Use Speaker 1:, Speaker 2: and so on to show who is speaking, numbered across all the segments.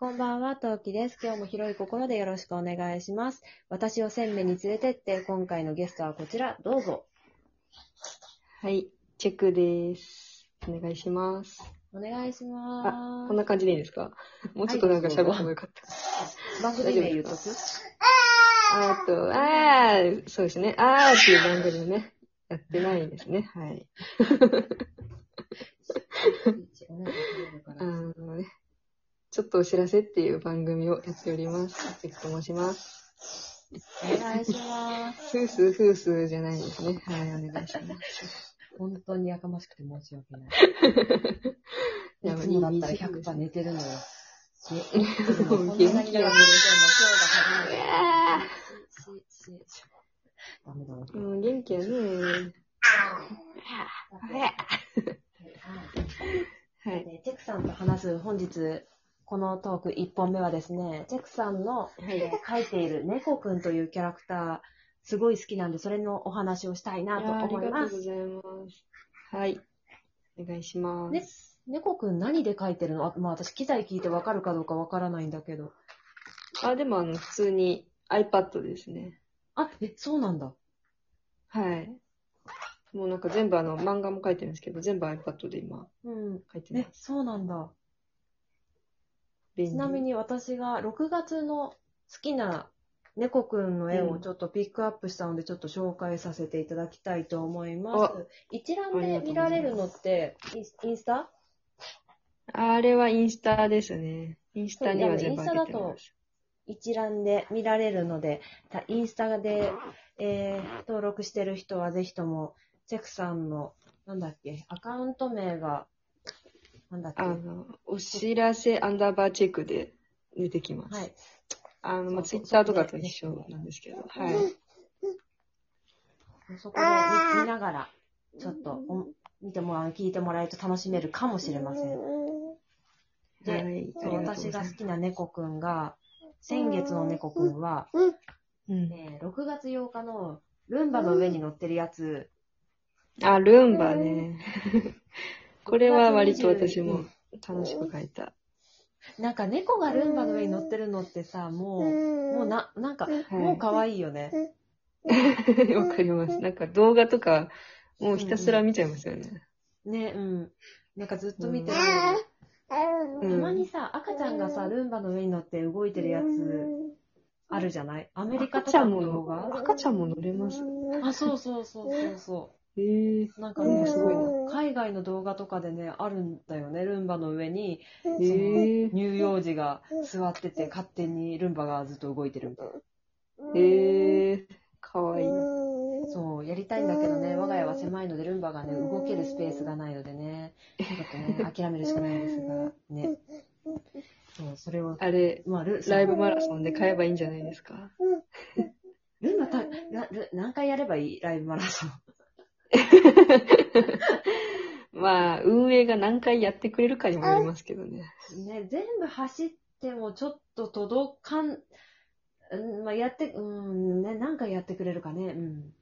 Speaker 1: こんばんは、トウキです。今日も広い心でよろしくお願いします。私を鮮明に連れてって、今回のゲストはこちら、どうぞ。
Speaker 2: はい、チェックです。お願いします。
Speaker 1: お願いしま
Speaker 2: こんな感じでいいんですかもうちょっとなんか喋ってもよかった。
Speaker 1: す。番組名言うとく
Speaker 2: あと、あー、そうですね。あーっていう番組をね、やってないんですね。はい。
Speaker 1: お願いしま
Speaker 2: あ
Speaker 1: す
Speaker 2: のね、ちょっとお知らせっていう番組をやっております。チェックと申します。
Speaker 1: お願いします。
Speaker 2: フースーフースーじゃないんですね。はい、お願いします。
Speaker 1: 本当にやかましくて申し訳ない。
Speaker 2: いや
Speaker 1: いつもだったら100パ寝てるのよ。ね、こんな
Speaker 2: もう元
Speaker 1: に
Speaker 2: 気
Speaker 1: 長く寝てんの今日が初めて。しししダメだな。
Speaker 2: もう元気やねはい。
Speaker 1: でチェクさんと話す本日、このトーク1本目はですね、チェクさんの
Speaker 2: はい。
Speaker 1: 描いている猫くんというキャラクター、すごい好きなんで、それのお話をしたいなと
Speaker 2: あり
Speaker 1: 思いま
Speaker 2: がとうご
Speaker 1: す。
Speaker 2: ざいます。はい。お願いします。
Speaker 1: ね猫くん何で描いてるのあ、まあ私機材聞いてわかるかどうかわからないんだけど。
Speaker 2: あ、でもあの、普通に iPad ですね。
Speaker 1: あ、え、そうなんだ。
Speaker 2: はい。もうなんか全部あの、漫画も書いてるんですけど、全部 iPad で今
Speaker 1: うん。
Speaker 2: 書いてま
Speaker 1: え
Speaker 2: す、。
Speaker 1: そうなんだ。
Speaker 2: 便利
Speaker 1: ちなみ。に私が6月の好きな猫くんの絵をちょっとピックアップしたので、ちょっと紹介させていただきたいと思います。一覧で見られるのって、インインスタ
Speaker 2: あれはインスタですね。インスタには
Speaker 1: そう
Speaker 2: 全部上げてます。
Speaker 1: 一覧で見られるので、たインスタで、えー登録してる人はぜひとも、チェクさんの、なんだっけ、アカウント名が、なんだっけ、
Speaker 2: あ
Speaker 1: は
Speaker 2: の、お知らせアンダーバーチェックで出てきます。
Speaker 1: い。
Speaker 2: あの、まあ、ツ
Speaker 1: そ
Speaker 2: イ
Speaker 1: う
Speaker 2: ッターとかと一緒なんですけど、はい。
Speaker 1: そこで見見ながら、ちょっとお見てもらう、聞いてもらえると楽しめるかもしれません。で
Speaker 2: はい。あ
Speaker 1: そう
Speaker 2: りがとうご
Speaker 1: 私
Speaker 2: ざ
Speaker 1: が
Speaker 2: い
Speaker 1: 好
Speaker 2: ます。
Speaker 1: きな猫くんが、先月の猫くんは、
Speaker 2: うん。
Speaker 1: ね、6月8日のルンバの上に乗ってるやつ、
Speaker 2: あ、ルンバね。 これは割と私も楽しく書いた。
Speaker 1: なんか猫がルンバの上に乗ってるのってさ、もう、もうな、なんか、
Speaker 2: い
Speaker 1: もう可愛いよね。
Speaker 2: わかります。なんか動画とか、もうひたすら見ちゃいますよね。
Speaker 1: ね、うん。なんかずっと見てる。
Speaker 2: う
Speaker 1: た
Speaker 2: ん
Speaker 1: まにさ、赤ちゃんがさ、ルンバの上に乗って動いてるやつあるじゃないアメリカ
Speaker 2: 赤
Speaker 1: と
Speaker 2: ちゃ
Speaker 1: か
Speaker 2: ん
Speaker 1: の
Speaker 2: も
Speaker 1: 動
Speaker 2: の、
Speaker 1: 画
Speaker 2: 赤ちゃんも乗れます。
Speaker 1: あ、そうそうそうそうそう。
Speaker 2: えー、
Speaker 1: なんかね、
Speaker 2: うん
Speaker 1: すごいな
Speaker 3: うん
Speaker 1: 海外の動画とかでね、あるんだよね、ルンバの上に、
Speaker 2: え
Speaker 1: その
Speaker 2: ー、
Speaker 1: 乳幼児が座ってて、勝手にルンバがずっと動いてるみたい
Speaker 2: えー、かわいい。
Speaker 1: な。そう、やりたいんだけどね、我が家は狭いので、ルンバがね、動けるスペースがないので ね、ちょっとね、諦めるしかないんですが、ね。そう、それを、
Speaker 2: あれ、
Speaker 1: まあ、ルそう
Speaker 2: ライブマラソンで買えばいいんじゃないです か。
Speaker 1: ルンバたなル何回やればいいライブマラソン。
Speaker 2: まあ、運営が何回やってくれるかにもよりますけどね。
Speaker 1: ね、全部走ってもちょっと届かん、うんまあ、やって、うん、ね、何回やってくれるかね、うん。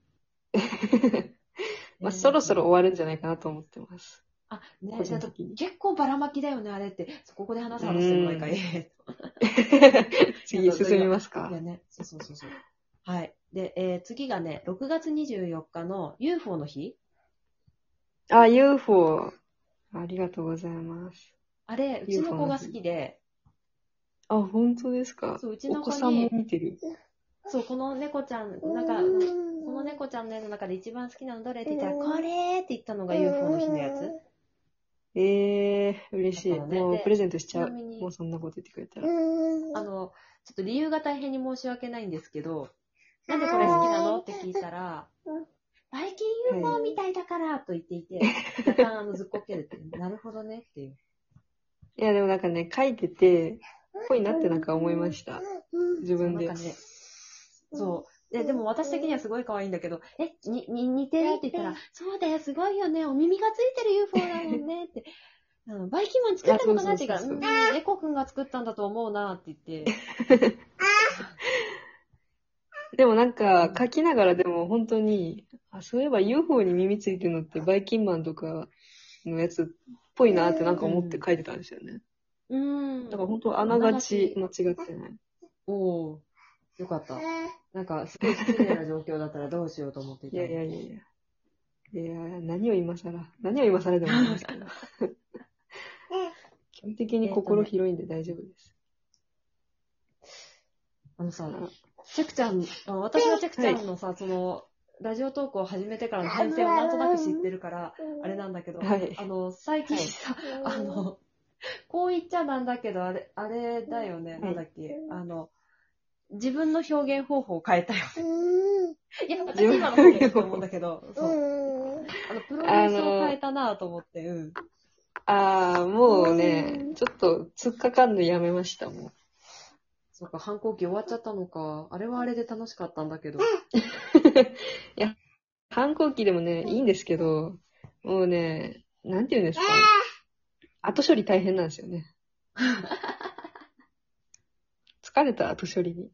Speaker 2: まあ、そろそろ終わるんじゃないかなと思ってます。
Speaker 1: あ、ね
Speaker 2: 個、
Speaker 1: だ
Speaker 2: 人
Speaker 1: と
Speaker 2: 的に。
Speaker 1: 結構ばらまきだよね、あれって。そうここで話す話する毎 回。
Speaker 2: う
Speaker 1: い
Speaker 2: 次進みますか
Speaker 1: やね、そうそうそうそう。はい。で、えー次がね、6月24日の UFO の日。
Speaker 2: あ、UFO。ありがとうございます。
Speaker 1: あれ、うちの子が好きで、
Speaker 2: あ、本当ですか
Speaker 1: そう、うち
Speaker 2: お
Speaker 1: の
Speaker 2: 子
Speaker 1: 子
Speaker 2: さんも
Speaker 1: に、
Speaker 2: 見てる。
Speaker 1: そう、この猫ちゃん、なんか、この猫ちゃんの絵の中で一番好きなのどれって言ったら、
Speaker 3: うん
Speaker 1: これって言ったのが UFO の日のやつ。
Speaker 2: ええ嬉しい。
Speaker 1: だからね
Speaker 2: もう
Speaker 1: で
Speaker 2: プレゼントし
Speaker 1: ち
Speaker 2: ちゃ
Speaker 1: な
Speaker 2: う。
Speaker 1: みに
Speaker 2: もう、そんなこと言ってくれたら。
Speaker 1: あの、ちょっと理由が大変に申し訳ないんですけど、なんでこれ好きなのって聞いたら
Speaker 3: うん、
Speaker 1: バイキン UFO みたいだからと言ってい て、若干あのずっこけるっていう、なるほどねっていう。
Speaker 2: いや、でもなんかね、書いてて、ぽいなってなんか思いました。自分で。
Speaker 1: なんかね、そう。で、でも私的にはすごい可愛いんだけど、え、に、に、似てるって言ったら、そうだよ、すごいよね、お耳がついてる UFO だもんね って。あのバイキンマン作ったのかなって言うから、
Speaker 2: そう
Speaker 1: う
Speaker 2: そうそ
Speaker 1: ん、エコくんが作ったんだと思うなって言って、
Speaker 2: でもなんか、書きながらでも本当に、あ、そういえば UFO に耳ついてるのってバイキンマンとかのやつっぽいなってなんか思って書いてたんですよね。
Speaker 1: うん。
Speaker 2: だから本当、あながち間違ってない。
Speaker 1: おおーよかった。なんか、すごい不利な状況だったらどうしようと思ってい
Speaker 2: い
Speaker 1: たの。
Speaker 2: やいやいやいや。いやー、何を今更。何を今更でもないで すけど。基本的に心広いんで大丈夫です。
Speaker 1: あのさ、
Speaker 2: あ
Speaker 1: チェクちゃん、あ私はチェクちゃんのさ、その、ラジオトークを始めてからの編成をなんとなく知ってるから、あれなんだけど、
Speaker 2: はい
Speaker 1: あの、最 近さ、あの、こう言っちゃなんだけど、あれ、あれだよね、
Speaker 2: い
Speaker 1: なんだっけ、あの、自分の表現方法を変えたよ。いや、私今の方がいいと思うんだけど、そう。あの、プロレスを変えたなぁと思って、うん。
Speaker 2: あー、もうね、ちょっと突っかかんのやめました、も
Speaker 1: そうか、反抗期終わっちゃったのか。あれはあれで楽しかったんだけど。
Speaker 2: う。いや、反抗期でもね、いいんですけど、もうね、なんて言うんですか。後処理大変なんですよね。 疲れた、後処理に。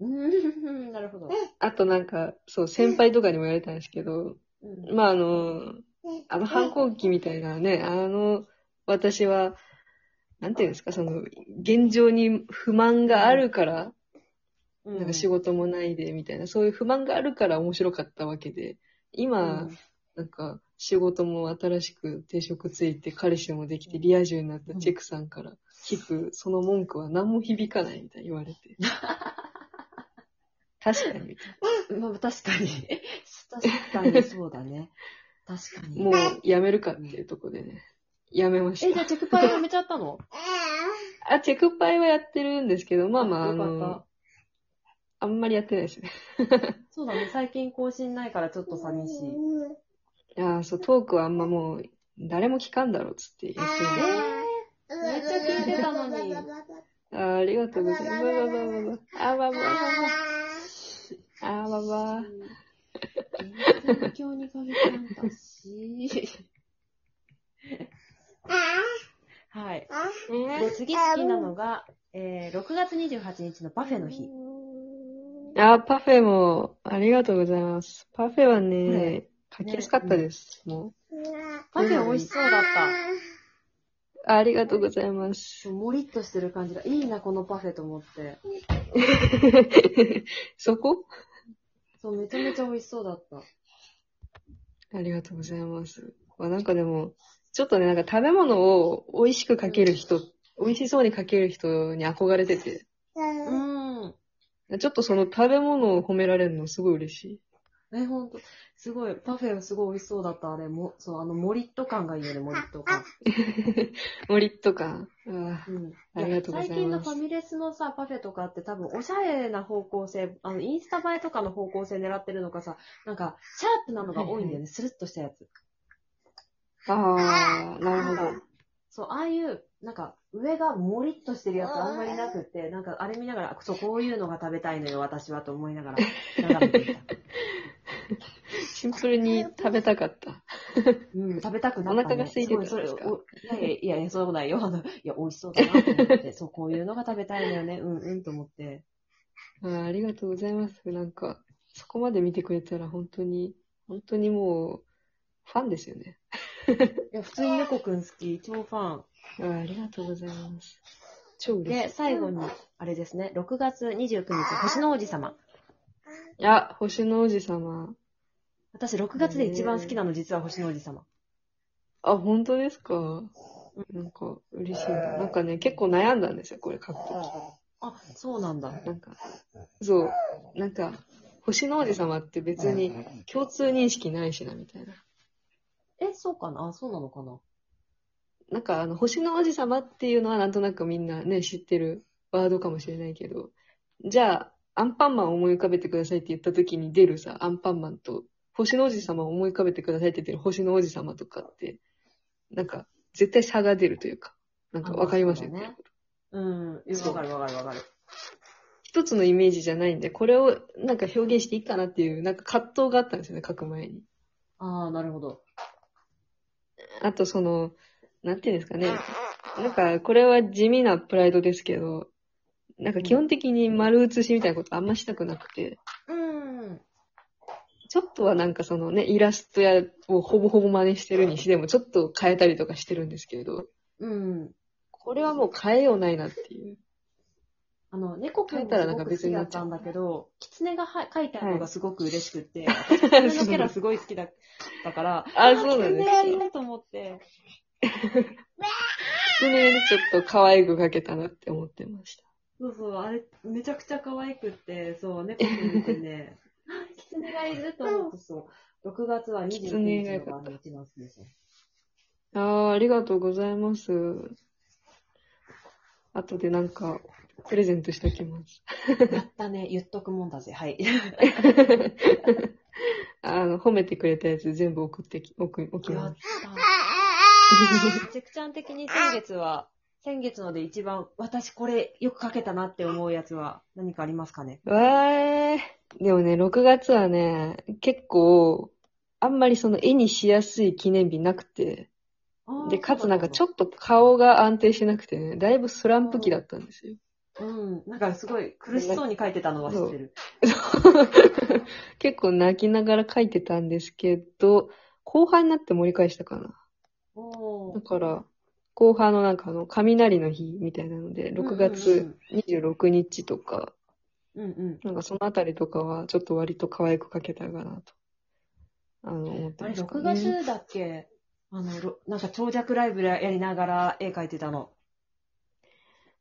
Speaker 1: うん、 なるほど。
Speaker 2: あとなんか、そう、先輩とかにも言われたんですけど、
Speaker 1: うん
Speaker 2: まああの、あの反抗期みたいなね、あの、私は、なんていうんですか、その、現状に不満があるから、
Speaker 1: うん
Speaker 2: なんか仕事もないで、みたいな、そういう不満があるから面白かったわけで、今、
Speaker 1: うん
Speaker 2: なんか、仕事も新しく定職ついて、彼氏もできて、リア充になったチェクさんから聞く、その文句は何も響かないみたいに言わ れて。確かに、みたい
Speaker 1: まあ、確かに。確かに、そうだね。確か
Speaker 2: な。
Speaker 1: に。
Speaker 2: もう、やめるかっていうとこでね、やめました。
Speaker 1: え、じゃあ、チェックパイやめちゃったの
Speaker 2: あ、チェクパイはやってるんですけど、まあまあ、あ
Speaker 1: よかった
Speaker 2: の、。あんまりやってないですね。
Speaker 1: そうだね、最近更新ないからちょっと寂しい。
Speaker 2: いやーそう、トークはあんまもう、誰も聞かんだろうっつってやってるん
Speaker 1: め
Speaker 2: で
Speaker 1: っちゃ聞いてたのに。
Speaker 2: あーありがとうございます。わわわわわあわわわわあわわ
Speaker 1: 勉強にかけてなんだし。はい。で、次好きなのが、えー、6月28日のパフェの日。
Speaker 2: あー、パフェも、ありがとうございます。パフェはね
Speaker 1: ね、
Speaker 2: 書きやすかったです。も
Speaker 1: パフェ美味しそうだった。
Speaker 2: う。あありがとうござい ます。
Speaker 1: もりっとしてる感じが、いいな、このパフェと思って。
Speaker 2: そこ
Speaker 1: そう、めちゃめちゃ美味しそうだった。
Speaker 2: ありがとうございます。まあ、なんかでも、ちょっとね、なんか食べ物を美味しくかける人、美味しそうにかける人に憧れてて、
Speaker 1: うん。
Speaker 2: ちょっとその食べ物を褒められるのすごい嬉しい。
Speaker 1: え、ほんと。すごい、パフェすごい美味しそうだった。あれ、も、そう、あの、モリッと感がいいよね、モリッと感。
Speaker 2: モリッとか。うわ
Speaker 1: うん。
Speaker 2: ありがとうござ
Speaker 1: 最
Speaker 2: います
Speaker 1: 近のファミレスのさ、パフェとかって多分、おしゃれな方向性、あの、インスタ映えとかの方向性狙ってるのかさ、なんか、シャープなのが多いんだよね、スルッとしたやつ。
Speaker 2: ああ、なるほど。
Speaker 1: そう、ああいう、なんか、上がモリッとしてるやつあんまりなくって、なんか、あれ見ながら、そう、こういうのが食べたいのよ、私は、と思いなが ら、眺めていた。
Speaker 2: シンプルに食べたかった。
Speaker 1: うん、食べたくなった、ね。
Speaker 2: お腹が空いてたんです
Speaker 1: そ
Speaker 2: か
Speaker 1: れそれおいやいや、いや、そうでもないよ。あの、いや、美味しそうだなと思って、そう、こういうのが食べたいんだよね。うん、うん、と思って。
Speaker 2: あーありがとうございます。なんか、そこまで見てくれたら本当に、本当にもう、ファンですよね。
Speaker 1: いや、普通に猫くん好き、超ファン。
Speaker 2: あーありがとうございます。超嬉しい。
Speaker 1: で、最後に、あれですね、6月29日、星の王子様。
Speaker 2: いや、星の王子様。
Speaker 1: 私、6月で一番好きなの、実は星の王子様。
Speaker 2: あ、本当ですか。なんか、嬉しいな。なんかね、結構悩んだんですよ、これ書くと
Speaker 1: あ、そうなんだ。
Speaker 2: き。なんか、そう、なんか、星の王子様って別に共通認識ないしな、みたいな。
Speaker 1: え、そうかなあ、そうなのかな
Speaker 2: なんか、あの、星の王子様っていうのはなんとなくみんなね、知ってるワードかもしれないけど、じゃあ、アンパンマンを思い浮かべてくださいって言った時に出るさ、アンパンマンと、星の王子様を思い浮かべてくださいって言ってる星の王子様とかって、なんか、絶対差が出るというか、なんかわかりますよ
Speaker 1: あそうだ
Speaker 2: ね
Speaker 1: ね。うん、いやわかるわかるわかる。
Speaker 2: 一つのイメージじゃないんで、これをなんか表現していいかなっていう、なんか葛藤があったんですよね、書く前に。
Speaker 1: ああ、なるほど。
Speaker 2: あとその、なんていうんですかね。なんか、これは地味なプライドですけど、なんか基本的に丸写しみたいなことあんましたくなくて、
Speaker 1: うん。
Speaker 2: ちょっとはなんかそのね、イラストやをほぼほぼ真似してるにしても、ちょっと変えたりとかしてるんですけれど、
Speaker 1: うん。
Speaker 2: ここれはもう変えようないなっていう。
Speaker 1: あの、猫くんも
Speaker 2: 書いたら
Speaker 1: す
Speaker 2: なん
Speaker 1: ご
Speaker 2: か
Speaker 1: く好
Speaker 2: 別
Speaker 1: き
Speaker 2: に
Speaker 1: だ
Speaker 2: な
Speaker 1: っ
Speaker 2: っちゃ
Speaker 1: た
Speaker 2: うん
Speaker 1: だけど、狐がは書いてあるの
Speaker 2: は
Speaker 1: が
Speaker 2: い
Speaker 1: すごく嬉しくて、私狐のキャ ラすごい好きだったから、
Speaker 2: あ、そうなんで
Speaker 1: 狐
Speaker 2: す
Speaker 1: やり
Speaker 2: よ。
Speaker 1: だと思って。
Speaker 2: それにちょっと可愛くかけたなって思ってました。
Speaker 1: そうそう、あれ、めちゃくちゃ可愛くって、そう、猫くん見てね、 狐がいると思って、そう、6月は29
Speaker 2: 狐が
Speaker 1: 日
Speaker 2: よ
Speaker 1: の
Speaker 2: か
Speaker 1: 番
Speaker 2: った
Speaker 1: の一番好きですね。
Speaker 2: ああ、ありがとうございます。後でなんか、プレゼントしておきます。
Speaker 1: やったね、言っとくもんだぜ、はい。
Speaker 2: あの、褒めてくれたやつ全部送ってき、送、送き
Speaker 1: や
Speaker 2: ま
Speaker 1: っ
Speaker 2: す。
Speaker 1: た。チェクちゃん的に先月は、先月ので一番、私これよく書けたなって思うやつは何かありますかね
Speaker 2: わーい。でもね、6月はね、結構、あんまりその絵にしやすい記念日なくて、で、かつなんかちょ
Speaker 1: っ
Speaker 2: っと顔が安定してなくてね、だいぶスランプ期だったんですよ。
Speaker 1: と。うん、なんかすごい苦しそうに書いてたのは知ってる。
Speaker 2: 結構泣きながら書いてたんですけど、後半になって盛り返したかな。
Speaker 1: お
Speaker 2: だから、後半のなんかあの、雷の日みたいなので、6月26日とか、
Speaker 1: うんうん。
Speaker 2: なんかそのあたりとかは、ちょっと割と可愛く書けたかなと、あの、思って
Speaker 1: あれ、
Speaker 2: ました、
Speaker 1: 6月だっけあの、ろなんか長尺ライブやりながら絵描いてたの。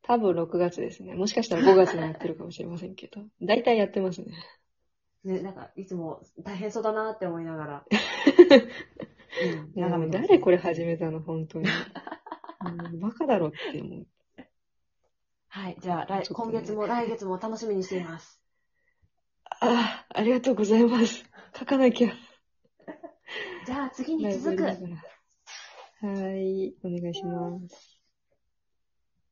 Speaker 2: 多分6月ですね。もしかしたら5月もやってるかもしれませんけど、 大体やってますね。
Speaker 1: ね、なんかいつも大変そうだなって思いながら。うん
Speaker 2: いやでも
Speaker 1: てます
Speaker 2: 誰これ始めたの、本当に。うんバカだろって思う。
Speaker 1: はい、じゃあ来、
Speaker 2: ちょっと
Speaker 1: 今
Speaker 2: ね
Speaker 1: 月も来月も楽しみにしています。
Speaker 2: ああ、ありがとうございます。書かなきゃ。
Speaker 1: じゃあ次に続く
Speaker 2: ライ。ブやりながらはい、お願いします。